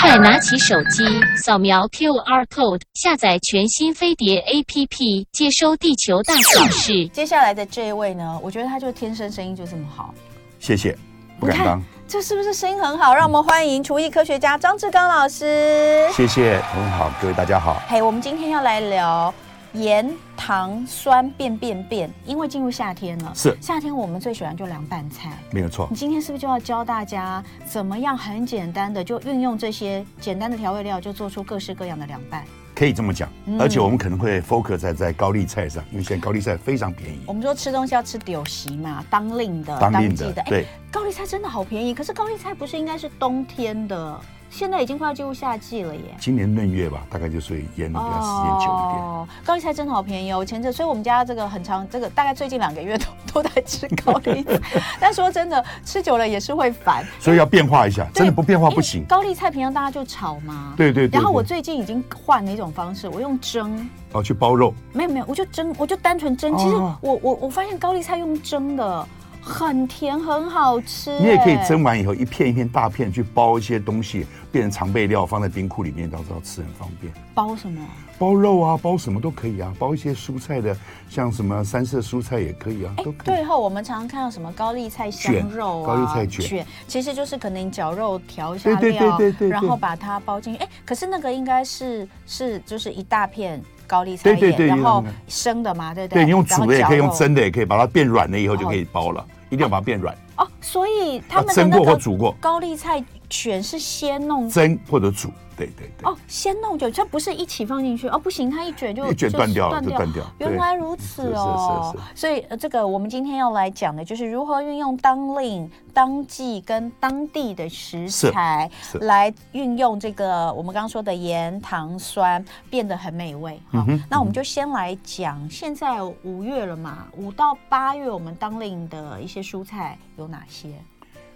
快拿起手机，扫描 QR code，下载全新飞碟 APP，接收地球大小事。接下来的这一位呢，我觉得他就天生声音就这么好，谢谢，不敢当，这是不是声音很好？让我们欢迎厨艺科学家张志刚老师。谢谢，同学好，各位大家好。嘿，我们今天要来聊盐、糖、酸变变变，因为进入夏天了，是夏天我们最喜欢就凉拌菜。没有错你，今天是不是就要教大家怎么样很简单的就运用这些简单的调味料，就做出各式各样的凉拌？可以这么讲，而且我们可能会 focus 在在高丽菜上，因为现在高丽菜非常便宜我，们说吃东西要吃酒席嘛，当令的、当令季的，哎对，高丽菜真的好便宜，可是高丽菜不是应该是冬天的，现在已经快要进入夏季了耶。今年闰月吧，大概就所以腌的比较时间久一嗯点。哦，高丽菜真的好便宜哦！我前阵，所以我们家这个很长，这个大概最近两个月都 都在吃高丽菜。但说真的，吃久了也是会烦，所以要变化一下，真的不变化不因为行。高丽菜平常大家就炒嘛，对对对然后我对最近已经换了一种方式，我用蒸，哦，去包肉，没有没有，我就蒸，我就单纯蒸。其实哦我我我发现高丽菜用蒸的很甜，很好吃耶。你也可以蒸完以后一片一片大片去包一些东西，变成常备料，放在冰库里面，到时候吃很方便。包什么？包肉啊，包什么都可以啊，包一些蔬菜的，像什么三色蔬菜也可以啊，哎都，可以对。后我们常常看到什么高丽菜香肉啊，卷高丽菜卷其实就是可能你绞肉调一下料，对对对对对对然后把它包进去。哎，可是那个应该是是就是一大片高丽菜叶，对对对然后那个生的嘛，对不对？对，你用煮的也可以，用的蒸的也可以，把它变软了以后就可以包了，一定要把它变软，哦。所以他们的啊蒸过那个或煮过高丽菜卷是先弄蒸或者煮。对对对，哦，先弄久，它不是一起放进去哦，不行，它一卷就一卷就断掉了断就断掉对原来如此是哦，是是所以、呃、这个我们今天要来讲的就是如何运用当令、当季跟当地的食材是是来运用这个我们刚刚说的盐、糖、酸，变得很美味。好，嗯那我们就先来讲，现在五月了嘛，五到八月我们当令的一些蔬菜有哪些？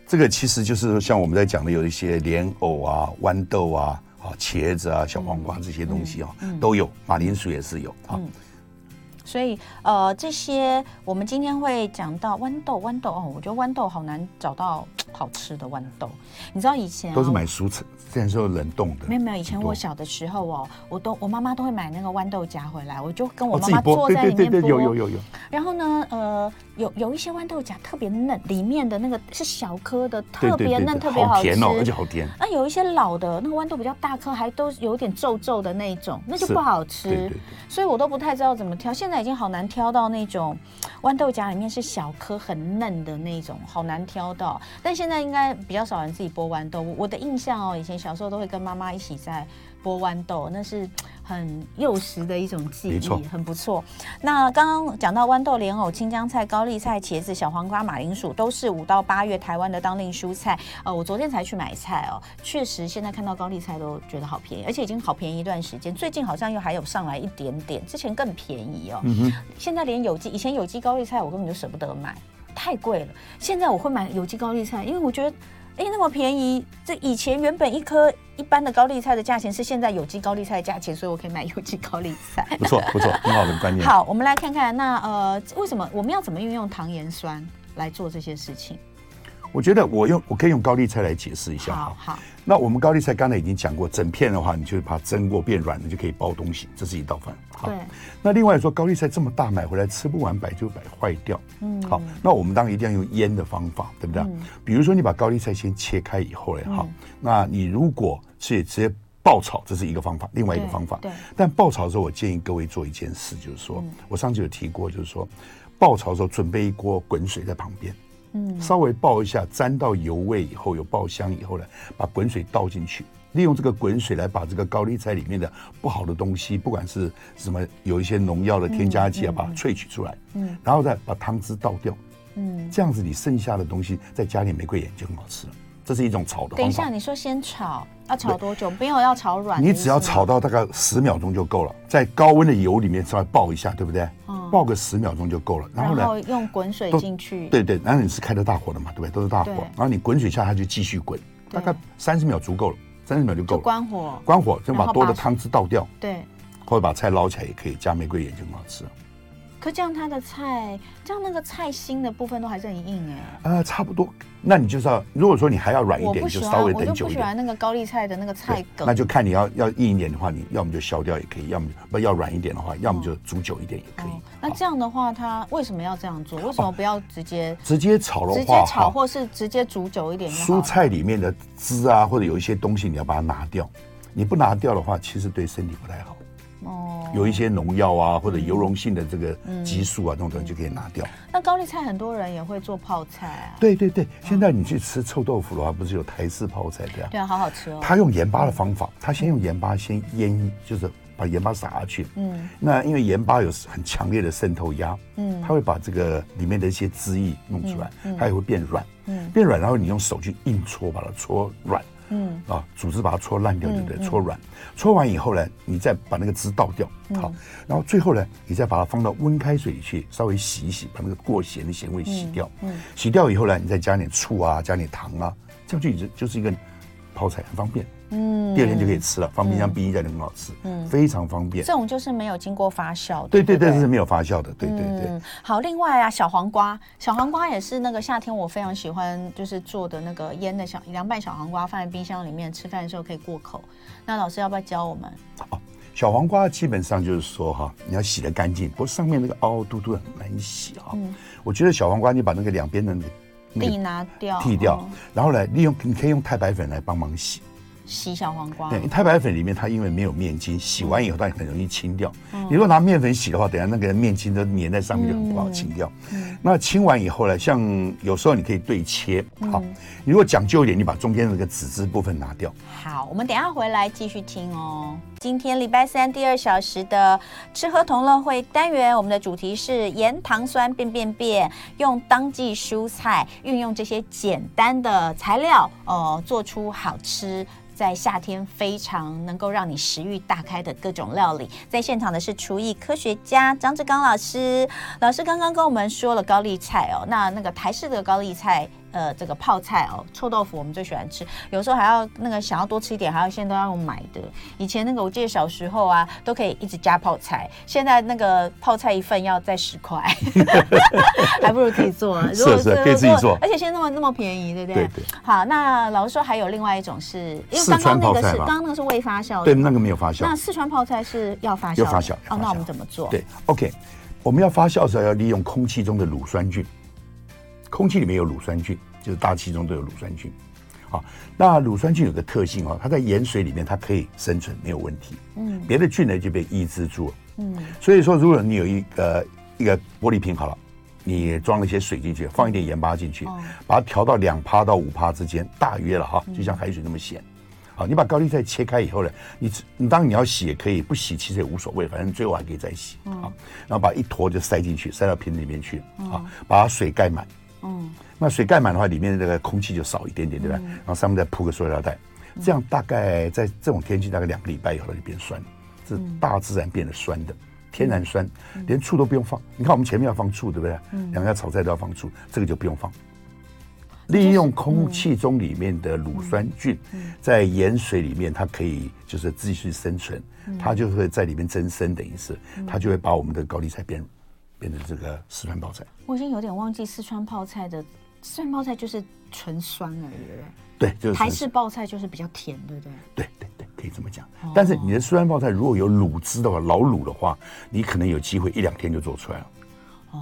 这个其实就是像我们在讲的，有一些莲藕啊、豌豆啊、啊茄子啊、小黄瓜嗯这些东西啊，都有，马铃薯也是有啊。所以呃，这些我们今天会讲到豌豆，豌豆哦，我觉得豌豆好难找到好吃的豌豆。你知道以前、啊、都是买熟成，现在是有冷冻的。没有没有，以前很多我小的时候哦，我都我妈妈都会买那个豌豆荚回来，我就跟我哦妈自己妈剥，坐对在对里对面对，有有剥。有有，然后呢，呃，有有一些豌豆荚特别嫩，里面的那个是小颗的，对特对别对嫩，对，特别好吃。甜哦，而且好甜。那有一些老的那个豌豆比较大颗，还都有点皱皱的那一种，那就是不好吃。对对对所以我都不太知道怎么挑。现在已经好难挑到那种豌豆荚里面是小颗很嫩的那种，好难挑到。但现在应该比较少人自己剥豌豆。我我的印象哦，以前小时候都会跟妈妈一起在剥豌豆，那是很幼时的一种记没错忆，很不错。那刚刚讲到豌豆、莲藕、青江菜、高丽菜、茄子、小黄瓜、马铃薯，都是五到八月台湾的当令蔬菜。呃，我昨天才去买菜哦，确实现在看到高丽菜都觉得好便宜，而且已经好便宜一段时间，最近好像又还有上来一点点，之前更便宜哦。嗯哼，现在连有机，以前有机高丽菜我根本就舍不得买，太贵了。现在我会买有机高丽菜，因为我觉得。哎，那么便宜！这以前原本一颗一般的高丽菜的价钱是现在有机高丽菜的价钱，所以我可以买有机高丽菜。 不错不错，很好的观念。好，我们来看看那呃，为什么我们要怎么运用糖盐酸来做这些事情？我觉得我用我可以用高丽菜来解释一下好啊。好，那我们高丽菜刚才已经讲过，整片的话，你就把它蒸过变软了，就可以包东西，这是一道饭。好对，那另外说，高丽菜这么大买回来吃不完，摆就摆坏掉。嗯好，那我们当然一定要用腌的方法，对不对？比如说你把高丽菜先切开以后嘞，哎好，嗯那你如果是直接爆炒，这是一个方法，另外一个对方法。对但爆炒的时候，我建议各位做一件事，就是说，嗯我上次有提过，就是说，爆炒的时候准备一锅滚水在旁边。嗯稍微爆一下，沾到油味以后有爆香以后呢，把滚水倒进去，利用这个滚水来把这个高丽菜里面的不好的东西，不管是什么有一些农药的添加剂啊，把它萃取出来，嗯然后再把汤汁倒掉，嗯。这样子你剩下的东西再加点玫瑰盐就很好吃了。这是一种炒的等方一下，法。你说先炒，要炒多久？没有要炒软的意你思吗，只要炒到大概十秒钟就够了，在高温的油里面稍微爆一下，对不对？嗯爆个十秒钟就够了。然然后呢，后用滚水都进去，对对，然后你是开的大火的嘛，对不对？都是大火对，然后你滚水下它就继续滚，大对概三十秒足够了，三十秒就够就了。关火，关火，就然把后多的把汤汁倒掉，对，或者把菜捞起来也可以，加玫瑰盐就很好吃了。可这样它的菜，这样那个菜心的部分都还是很硬哎、啊、差不多。那你就是要，如果说你还要软一我点，不你喜就欢，稍微我等就久不一喜点。欢那个高丽菜的那个菜对，梗。哦那就看你要要硬一点的话，你要么就削掉也可以，要么不要软一点的话，要么就煮久一点也可以哦。那这样的话，它为什么要这样做？为什么不要直 接、直接炒的直话，接哈炒，或是直接煮久一点就好蔬了？菜里面的汁啊，或者有一些东西你要把它拿掉。你不拿掉的话，其实对身体不太好。哦，有一些农药啊，或者油溶性的这个激素啊，这种东西就可以拿掉。那高丽菜很多人也会做泡菜啊。对对对，现在你去吃臭豆腐的话，不是有台式泡菜这样？对啊，好好吃哦。他用盐巴的方法，他先用盐巴先腌，就是把盐巴撒下去。嗯那因为盐巴有很强烈的渗透压，嗯它会把这个里面的一些汁液弄出来，它也会变软，嗯变软，然后你用手去硬搓，把它搓软嗯啊，组织把它搓烂掉，对不对？搓软，搓完以后呢，你再把那个汁倒掉，嗯好，然后最后呢，你再把它放到温开水里去稍微洗一洗，把那个过咸的咸味洗掉，嗯洗掉以后呢，你再加点醋啊，加点糖啊，这样就已经就是一个泡菜，很方便，嗯，第二天就可以吃了，放冰箱冰一下就很好吃，非常方便。这种就是没有经过发酵的。对对对，不这是没有发酵的，对对对。嗯，好。另外啊，小黄瓜，小黄瓜也是那个夏天我非常喜欢，就是做的那个腌的小凉拌小黄瓜，放在冰箱里面，吃饭的时候可以过口。那老师要不要教我们？小黄瓜基本上就是说哈，你要洗得干净，不过上面那个凹凹凸凸很难洗啊。嗯我觉得小黄瓜你把那个两边的那个那地个拿掉，嗯剃掉哦，然后呢，利用你可以用太白粉来帮忙洗。洗小黄瓜。对，太白粉里面它因为没有面筋，洗完以后它很容易清掉。哦你如果拿面粉洗的话，等下那个面筋都粘在上面，就很不好清掉。嗯那清完以后呢，像有时候你可以对切，嗯好，你如果讲究一点，你把中间的那个籽汁部分拿掉。好，我们等一下回来继续听哦。今天礼拜三第二小时的吃喝同乐会单元，我们的主题是盐糖酸变变变，用当季蔬菜，运用这些简单的材料，呃，做出好吃。在夏天非常能够让你食欲大开的各种料理，在现场的是厨艺科学家张志刚老师。老师刚刚跟我们说了高丽菜哦，那那个台式的高丽菜，呃，这个泡菜哦，臭豆腐我们最喜欢吃，有时候还要那个想要多吃一点，还要现在都要用买的。以前那个我记得小时候啊，都可以一直加泡菜，现在那个泡菜一份要再十块， 还不如自己做啊。是是可以自己做而且现在那么那么便宜，对不对？对对好，那老师说还有另外一种是，因为四刚刚川那个泡菜是吧刚刚那个是未发酵的对，嘛，那个没有发酵那。四川泡菜是要发酵的，要发酵要发哦酵。那我们怎么做？，对，OK，我们要发酵的时候要利用空气中的乳酸菌，空气里面有乳酸菌，就是大气中都有乳酸菌。好，那乳酸菌有个特性哦，它在盐水里面它可以生存，没有问题。嗯别的菌呢就被抑制住了。嗯所以说，如果你有一个一个玻璃瓶好了，你装了一些水进去，放一点盐巴进去，哦把它调到两趴到五趴之间，大约了哈，就像海水那么咸。好，你把高丽菜切开以后呢，你只你当然你要洗也可以，不洗其实也无所谓，反正最后还可以再洗啊。好然后把一坨就塞进去，塞到瓶子里面去啊，把它水盖满。嗯那水盖满的话，里面的那个空气就少一点点，对吧？然后上面再铺个塑料袋，这样大概在这种天气大概两个礼拜以后它就变酸了，是大自然变得酸的，天然酸，连醋都不用放。你看我们前面要放醋，对不对？两个要炒菜都要放醋，这个就不用放。利用空气中里面的乳酸菌，在盐水里面，它可以就是继续生存，它就会在里面增生，等于是它就会把我们的高丽菜变变成这个四川泡菜。我已经有点忘记四川泡菜的，四川泡菜就是纯酸而已了，对，就是台式泡菜就是比较甜，对不对？对对对，可以这么讲。但是你的四川泡菜如果有卤汁的话，老卤的话，你可能有机会一两天就做出来了，哦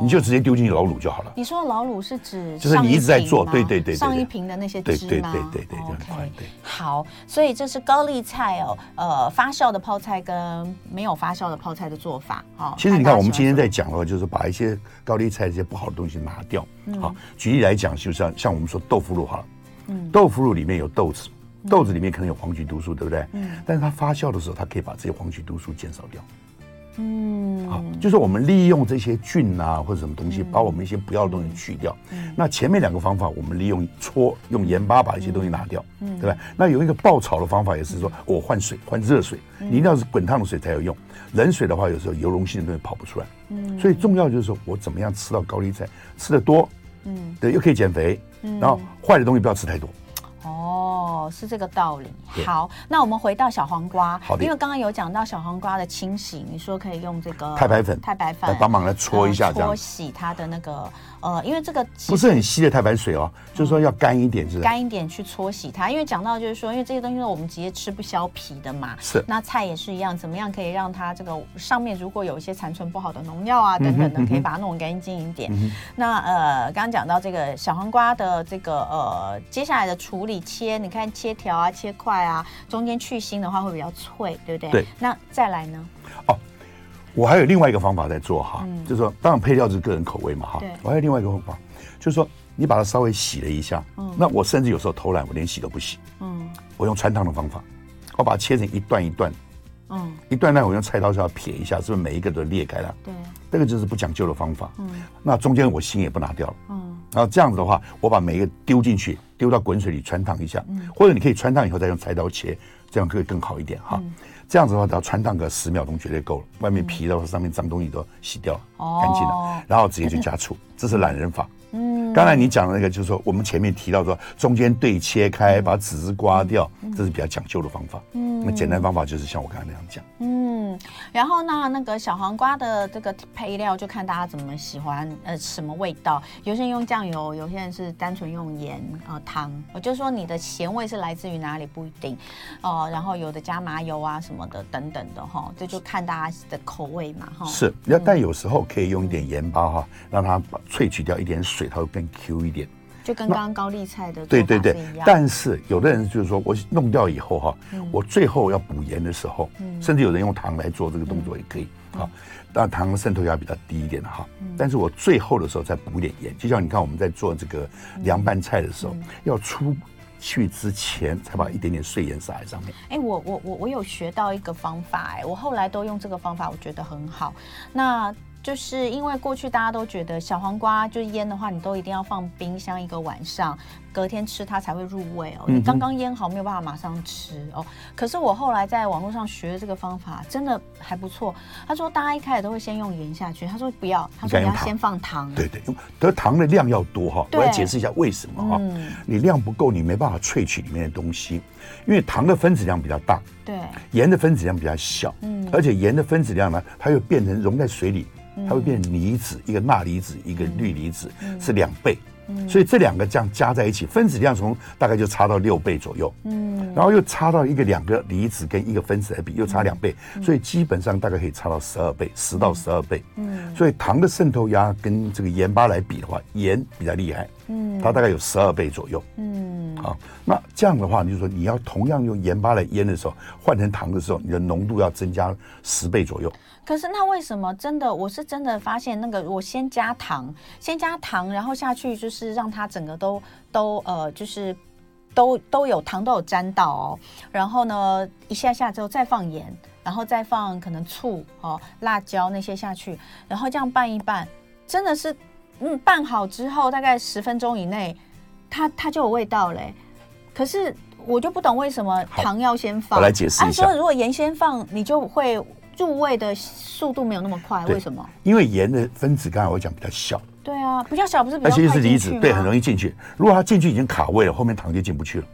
嗯你。就直接丢进去老卤就好了。你说的老卤是指就是上你一一直在瓶做吗对对对对上一对瓶的那些对汁对吗？对对对就很 OK 快对好，所以这是高丽菜哦，呃，发酵的泡菜跟没有发酵的泡菜的做法。哦，其实你大看，家我们喜欢今天什么在讲的话，就是把一些高丽菜这些不好的东西拿掉。好，举例来讲，就像像我们说豆腐乳好了，豆腐乳里面有豆子，豆子里面可能有黄曲毒素，对不对？但是它发酵的时候，它可以把这些黄曲毒素减少掉。好，啊就是我们利用这些菌啊或者什么东西，把我们一些不要的东西去掉。那前面两个方法，我们利用搓，用盐巴把一些东西拿掉，对吧？那有一个爆炒的方法，也是说我换水，换热水，你一定要是滚烫的水才有用。冷水的话，有时候油溶性的东西跑不出来。所以重要就是说我怎么样吃到高丽菜，吃的多，对，又可以减肥，然后坏的东西不要吃太多。哦，哦，是这个道理。对好，那我们回到小黄瓜，好的因为刚刚有讲到小黄瓜的清洗，你说可以用这个太白粉太白粉来帮忙来搓一下呃这样搓，洗它的那个呃，因为这个其不是很稀的太白水哦，就是说要干一点，是不是？干一点去搓洗它，因为讲到就是说，因为这些东西是我们直接吃不消皮的嘛。是那菜也是一样，怎么样可以让它这个上面如果有一些残存不好的农药啊等嗯等的，可以把它弄得干净一点。那呃，刚刚讲到这个小黄瓜的这个呃，接下来的处理切，你看切条啊、切块啊，中间去腥的话会比较脆，对不对？对。那再来呢？我还有另外一个方法在做哈，嗯就是说，当然配料是个人口味嘛哈对。我还有另外一个方法，就是说，你把它稍微洗了一下，嗯那我甚至有时候偷懒，我连洗都不洗，嗯我用穿烫的方法，我把它切成一段一段，嗯，一段段我用菜刀这样撇一下，是不是每一个都裂开了？对，这个就是不讲究的方法。嗯那中间我芯也不拿掉了，嗯然后这样子的话，我把每一个丢进去，丢到滚水里穿烫一下，嗯或者你可以穿烫以后再用菜刀切，这样会更好一点哈。嗯这样子的话，只要穿烫个十秒钟绝对够了，外面皮的话上面脏东西都洗掉了，哦干净了，然后直接就 加醋，这是懒人法。嗯，刚才你讲的那个，就是说我们前面提到说中间对切开，把籽子刮掉，这是比较讲究的方法。嗯那简单方法就是像我刚才那样讲。嗯，然后呢，那个小黄瓜的这个配料就看大家怎么喜欢，呃，什么味道。有些人用酱油，有些人是单纯用盐啊、呃、糖。我就说你的咸味是来自于哪里不一定，哦、然后有的加麻油啊什么的等等的哈，这就看大家的口味嘛哈。是，要但有时候可以用一点盐巴哈，让它把萃取掉一点水，它会更 Q 一点。就跟刚刚高丽菜的对做对法对是一样，嗯但是有的人就是说我弄掉以后哈、我最后要补盐的时候，甚至有人用糖来做这个动作也可以嗯啊。那糖的渗透压比较低一点哈、但是我最后的时候再补一点盐，就像你看我们在做这个凉拌菜的时嗯候，要出去之前才把一点点碎盐撒在上面。哎、我我我我有学到一个方法、哎，我后来都用这个方法，我觉得很好。那就是因为过去大家都觉得小黄瓜就是腌的话，你都一定要放冰箱一个晚上，隔天吃它才会入味哦。嗯哼你刚刚腌好没有办法马上吃哦。可是我后来在网络上学的这个方法真的还不错。他说大家一开始都会先用盐下去，他说不要，他说你你敢用要糖先放糖。对对，因为得糖的量要多哈，嗯对我要解释一下为什么哈、嗯你量不够，你没办法萃取里面的东西，因为糖的分子量比较大，对，盐的分子量比较小，嗯而且盐的分子量呢，它又变成溶在水里，它会变成离子，一个钠离子，一个氯离子，嗯是两倍。所以这两个这样加在一起，分子量从大概就差到六倍左右，嗯然后又差到一个两个离子跟一个分子来比，又差两倍，所以基本上大概可以差到十二倍，十到十二倍。嗯所以糖的渗透压跟这个盐巴来比的话，盐比较厉害，嗯它大概有十二倍左右。嗯好，那这样的话，你就说你要同样用盐巴来腌的时候，换成糖的时候，你的浓度要增加十倍左右。可是那为什么真的？我是真的发现那个，我先加糖，先加糖，然后下去就是让它整个都都呃，就是都都有糖都有沾到哦。然后呢，一下下之后再放盐，然后再放可能醋哦、辣椒那些下去，然后这样拌一拌，真的是嗯拌好之后大概十分钟以内，它它就有味道嘞。可是我就不懂为什么好糖要先放。我来解释一下按说如果盐先放，你就会入味的速度没有那么快，对为什么？因为盐的分子刚才我讲比较小，对啊，比较小不是比而较且又是快离进子去，吗？对，很容易。易进去。如果它进去已经卡位了，后面糖就进不去了。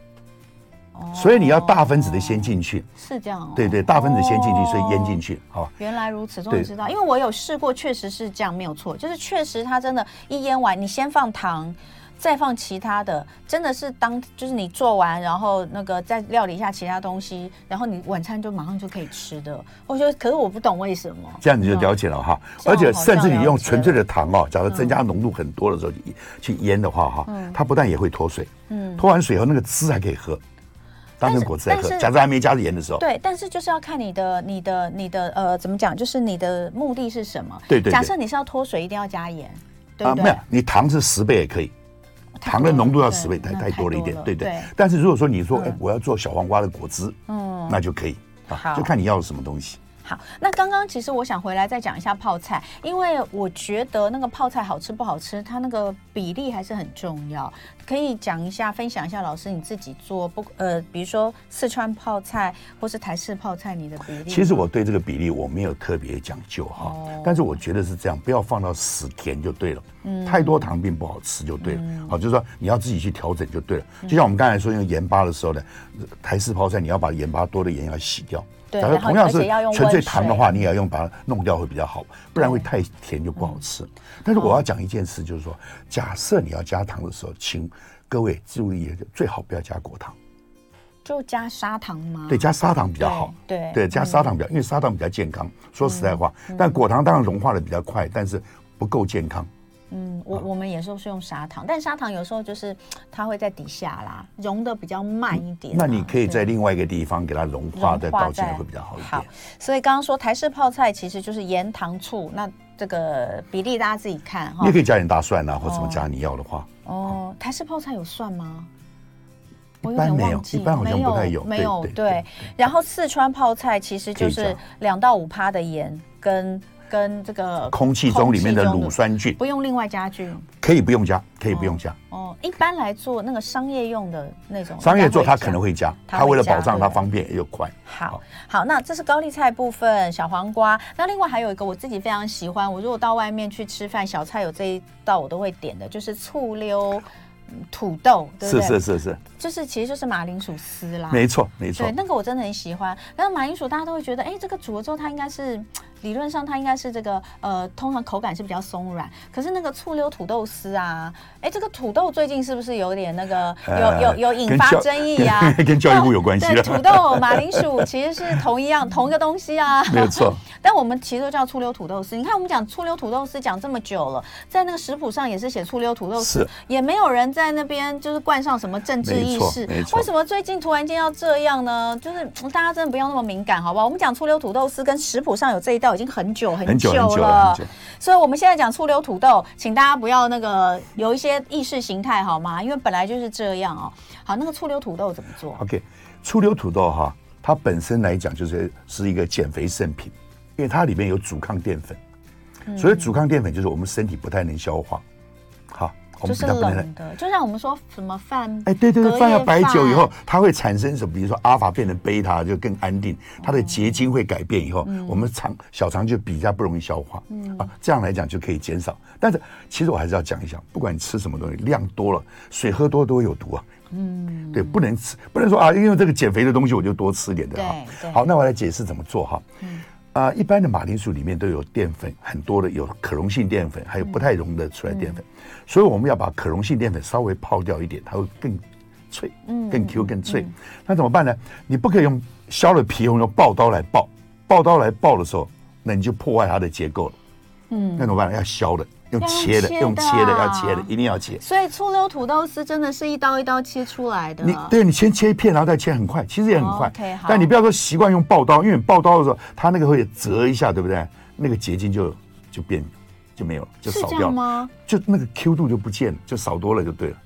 所以你要大分子的先进去，哦是这样、哦。对对，大分子先进去，所以腌进去。去，好吧？原来如此，终对于知道，因为我有试过，确实是这样，没有错，就是确实它真的，一腌完，你先放糖，再放其他的，真的是当就是你做完，然后那个再料理一下其他东西，然后你晚餐就马上就可以吃的。我觉得，可是我不懂为什么。这样你就了解了哈，这而样且好甚至像你了用解纯粹的糖哦，假如嗯增加浓度很多的时候去去腌的话哈，它不但也会脱水，嗯脱完水以后那个汁还可以喝，当但成是果汁来喝。但是假设还没加盐的时候，对，但是就是要看你的、你的、你的呃，怎么讲？就是你的目的是什么？对对对假设你是要脱水，一定要加盐，对啊，不没对？有，你糖是十倍也可以，太糖多了的浓度要十倍，对太那太多了一点，对对对。但是如果说你说，哎嗯，我要做小黄瓜的果汁，嗯，那就可以好啊，就看你要什么东西。好，那刚刚其实我想回来再讲一下泡菜，因为我觉得那个泡菜好吃不好吃，它那个比例还是很重要。可以讲一下，分享一下老师你自己做不呃，比如说四川泡菜或是台式泡菜，你的比例吗。其实我对这个比例我没有特别讲究哈，哦但是我觉得是这样，不要放到死甜就对了，嗯太多糖并不好吃就对了，好，就是说你要自己去调整就对了。嗯就像我们刚才说用盐巴的时候呢，台式泡菜你要把盐巴多的盐要洗掉。对假如然后同样是而且要用纯粹温糖的水话，你也要用把它弄掉会比较好，不然会太甜就不好吃。嗯但是我哦要讲一件事，就是说，假设你要加糖的时候，请各位注意，最好不要加果糖。就加砂糖吗？对，加砂糖比较好。对嗯对嗯加砂糖比较，因为砂糖比较健康。说实在话，但果糖当然融化的比较快，但是不够健康。嗯，我我们也是是用砂糖，但砂糖有时候就是它会在底下啦，溶的比较慢一点啦。那你可以对在另外一个地方给它融融化，再倒进在来会比较好一好点。，所以刚刚说台式泡菜其实就是盐、糖、醋，那这个比例大家自己看你哈也。可以加点大蒜啊，或什么哦加你要的话。哦，台式泡菜有蒜吗？我一般没有忘记一般好像没不太有没对有对对对。然后四川泡菜其实就可以是加两到五趴的盐跟跟这个空气中里面的空气中乳酸菌不用另外加菌。可以不用加，可以不用加。哦，一般来做那个商业用的那种，商业做大它家可能会加，它它哦为会了加保障对它方便又快。好好好。那这是高丽菜部分，小黄瓜。那另外还有一个我自己非常喜欢，我如果到外面去吃饭，小菜有这一道我都会点的，就是醋溜嗯土豆，对不是对？是是是，就是其实就是马铃薯丝啦。没错没错对，。那个我真的很喜欢。然后马铃薯大家都会觉得，哎，这个煮了之后它应该是，理论上它应该是这个呃，通常口感是比较松软。可是那个醋溜土豆丝啊，哎，这个土豆最近是不是有点那个有呃有有引跟发教争议 呀、啊？跟跟教育部有关系对，了土豆、马铃薯 其实是同一样同一个东西啊。 没有错。 但我们其实都叫醋溜土豆丝。你看，我们讲醋溜土豆丝讲这么久了，在那个食谱上也是写醋溜土豆丝是，也没有人在那边就是冠上什么政治意识没错没。错为什么最近突然间要这样呢？就是嗯大家真的不要那么敏感，好不好？我们讲醋溜土豆丝跟食谱上有这一道已经很久很很久久很久了了很久，所以我们现在讲醋溜土豆，请大家不要那个有一些意识形态好吗？因为本来就是这样哦。好，那个醋溜土豆怎么做？ OK，醋溜土豆哈，它本身来讲就是是一个减肥圣品，因为它里面有阻抗淀粉。嗯所以阻抗淀粉就是我们身体不太能消化，好，我就们是比较不能冷。的，就像我们说什么饭，哎，对对隔对，夜放了白酒以后饭，，它会产生什么？比如说阿尔法变成贝塔，就更安定，它的结晶会改变以后，嗯我们肠小肠就比较不容易消化。啊，这样来讲就可以减少。但是其实我还是要讲一下，不管你吃什么东西，量多了，水喝多都会有毒啊。嗯，对，不能吃，不能说啊，因为这个减肥的东西我就多吃一点的哈对对。嗯好，那我来解释怎么做哈。啊，一般的马铃薯里面都有淀粉，很多的有可溶性淀粉，还有不太溶得出来淀粉，嗯所以我们要把可溶性淀粉稍微泡掉一点，它会更脆，嗯更 Q 更脆。那怎么办呢？你不可以用削了皮，用刨刀来刨，刨刀来刨的时候，那你就破坏它的结构了。嗯，那怎么办？要削的，用要切的，切用的切的，要啊切的，一定要切。所以醋溜土豆丝真的是一刀一刀切出来的。你对你先切一片，然后再切，很快，其实也很快。哦，OK，好但你不要说习惯用刨刀，因为你刨刀的时候，它那个会折一下，对不对？那个结晶就就变就没有了，就是少这掉样了，吗？就那个 Q 度就不见了，就少多了就对了。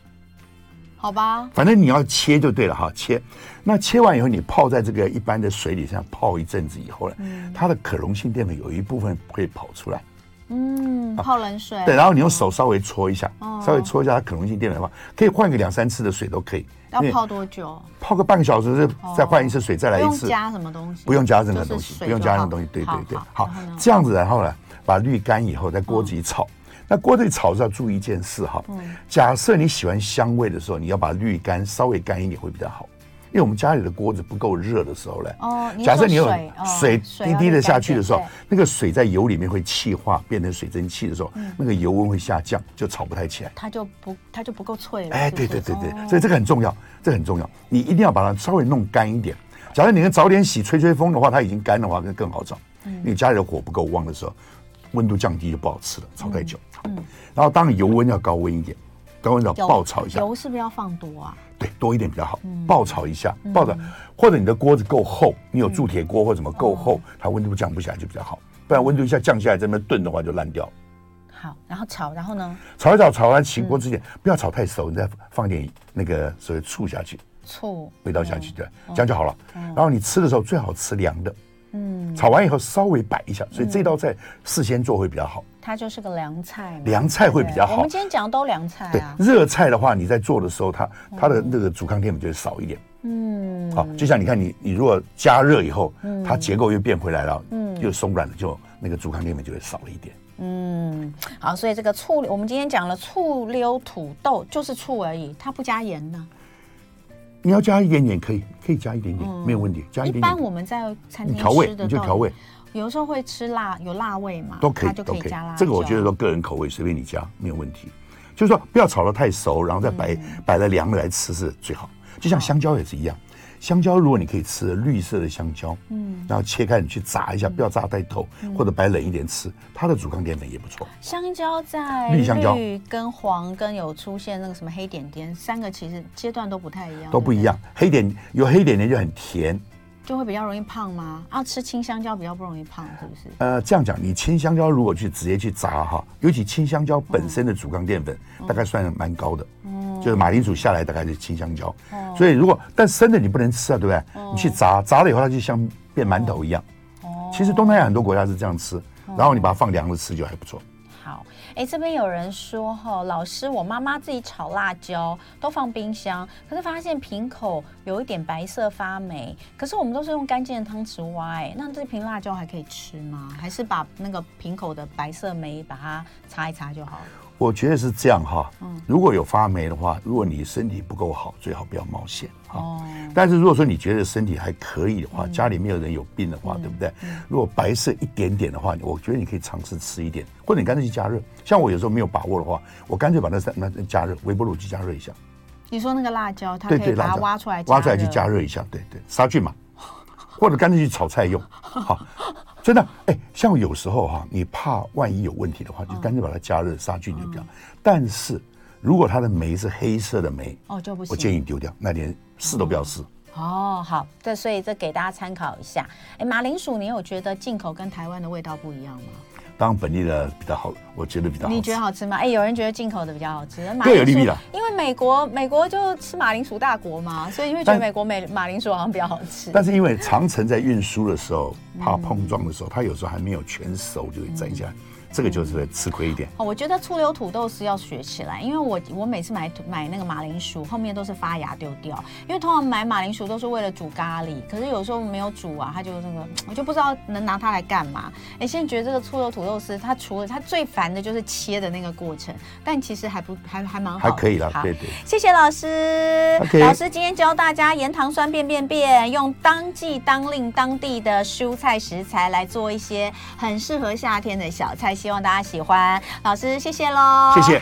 好吧，反正你要切就对了哈，切。那切完以后，你泡在这个一般的水里，这样泡一阵子以后呢，它的可溶性淀粉有一部分会跑出来。嗯，泡冷水。啊对，然后你用手稍微搓一下，哦稍微搓一下它可溶性淀粉的话，可以换个两三次的水都可以。要因为泡多久？泡个半个小时，再再换一次水，再不来一用次。加什么东西？不用加任何东西就，是不用加任何水就好东西，对对对，好，好然后呢，嗯这样子，然后呢，把滤干以后，在锅子里炒。那锅子里炒是要注意一件事哈，假设你喜欢香味的时候，你要把滤干稍微干一点会比较好，因为我们家里的锅子不够热的时候呢，哦你假设你有说水哦水水滴要滴滤的下干去的净时候对，那个水在油里面会气化，变成水蒸气的时候，嗯那个油温会下降，就炒不太起来。它就不它就不够脆了。哎，是不对是对对对，哦所以这个很重要，这个很重要，你一定要把它稍微弄干一点。假如你能早点洗，吹吹风的话，它已经干的话，那更好炒。嗯你家里的火不够旺的时候，温度降低就不好吃了，炒太久。嗯然后当然油温要高温一点，高温要油爆炒一下，油是不是要放多啊？对，多一点比较好，嗯爆炒一下，爆炒，或者你的锅子够厚，你嗯有铸铁锅或什么够厚，哦它温度降不下来就比较好，不然温度一下降下来，这边炖的话就烂掉了。好，然后炒，然后呢？炒一炒，炒完起锅之前、不要炒太熟，你再放点那个所谓醋下去。醋哦味道下去，对，这样就好了。然后你吃的时候最好吃凉的，嗯，炒完以后稍微摆一下，所以这道菜事先做会比较好。它就是个凉菜嘛，凉菜会比较对我好们。今天讲的都嗯凉菜对啊，，热菜的话，你在做的时候，它它的那个阻抗淀粉就会少一点。嗯，好，就像你看你你如果加热以后，它结构又变回来了，又松软了，就那个阻抗淀粉就会少了一点。嗯，好，所以这个醋，我们今天讲了醋溜土豆就是醋而已，它不加盐呢。你要加一点点可以，可以加一点点，没有问题，加一一点般点。我们在餐你厅调味吃的你就调味，有时候会吃辣，有辣味嘛，都可它以，就都可以可以加辣。。这个我觉得说，个人口味随便你加没有问题，就是说不要炒得太熟，然后再摆嗯摆了凉的来吃是最好。就像香蕉也是一样，香蕉如果你可以吃绿色的香蕉，嗯，然后切开你去炸一嗯下，不要炸太透，或者摆冷一点吃，它的阻抗淀粉也不错。香蕉在绿香蕉绿跟黄跟有出现那个什么黑点点，三个其实阶段都不太一样，都不一样，黑点有黑点点就很甜。对不对，就会比较容易胖吗？啊，吃青香蕉比较不容易胖，是不是？呃，这样讲，你青香蕉如果去直接去炸哈，尤其青香蕉本身的阻抗淀粉、大概算蛮高的，就是马铃薯下来大概就是青香蕉，所以如果但生的你不能吃啊，对不对？你去炸，炸了以后它就像变馒头一样。其实东南亚很多国家是这样吃，然后你把它放凉了吃就还不错。好，哎，这边有人说哈，老师，我妈妈自己炒辣椒都放冰箱，可是发现瓶口有一点白色发霉，可是我们都是用干净的汤匙挖，哎，那这瓶辣椒还可以吃吗？还是把那个瓶口的白色霉把它擦一擦就好了？我觉得是这样哈，如果有发霉的话，如果你身体不够好，最好不要冒险哈。哦，但是如果说你觉得身体还可以的话，嗯家里没有人有病的话，对不对？如果白色一点点的话，我觉得你可以尝试吃一点，或者你干脆去加热。像我有时候没有把握的话，我干脆把那三那那加热，微波炉去加热一下。你说那个辣椒，它可以把辣它椒挖出来，挖出来去加。热一下，对对，杀 菌嘛，或者干脆去炒菜用。好，真的，哎，像有时候哈、你怕万一有问题的话，就嗯干脆把它加热杀菌就比较。但是如果它的霉是黑色的霉，哦，就不行。我建议你丢掉，那连试都不要试。哦，好，这所以这给大家参考一下。哎，马铃薯，你有觉得进口跟台湾的味道不一样吗？当然本地的比较好，我觉得比较好吃。你觉得好吃吗？哎、有人觉得进口的比较好吃，马各有利弊啦因为美国美国就吃马铃薯大国嘛，所以你会觉得但美国美马铃薯好像比较好吃。但是因为长城在运输的时候，怕碰撞的时候，它有时候还没有全熟就会粘嗯下来，这个就是会吃亏一点。哦，我觉得醋溜土豆丝要学起来，因为我我每次买土买那个马铃薯，后面都是发芽丢掉，因为通常买马铃薯都是为了煮咖喱，可是有时候没有煮啊，它就那个，我就不知道能拿它来干嘛。哎，现在觉得这个醋溜土豆丝，它除了它最烦的就是切的那个过程，但其实还不还还蛮好还的，可以啦，好对对。谢谢老师。 OK 老师今天教大家盐糖酸变变变，用当季当令当地的蔬菜食材来做一些很适合夏天的小菜，希望大家喜欢。老师，谢谢喽，谢谢。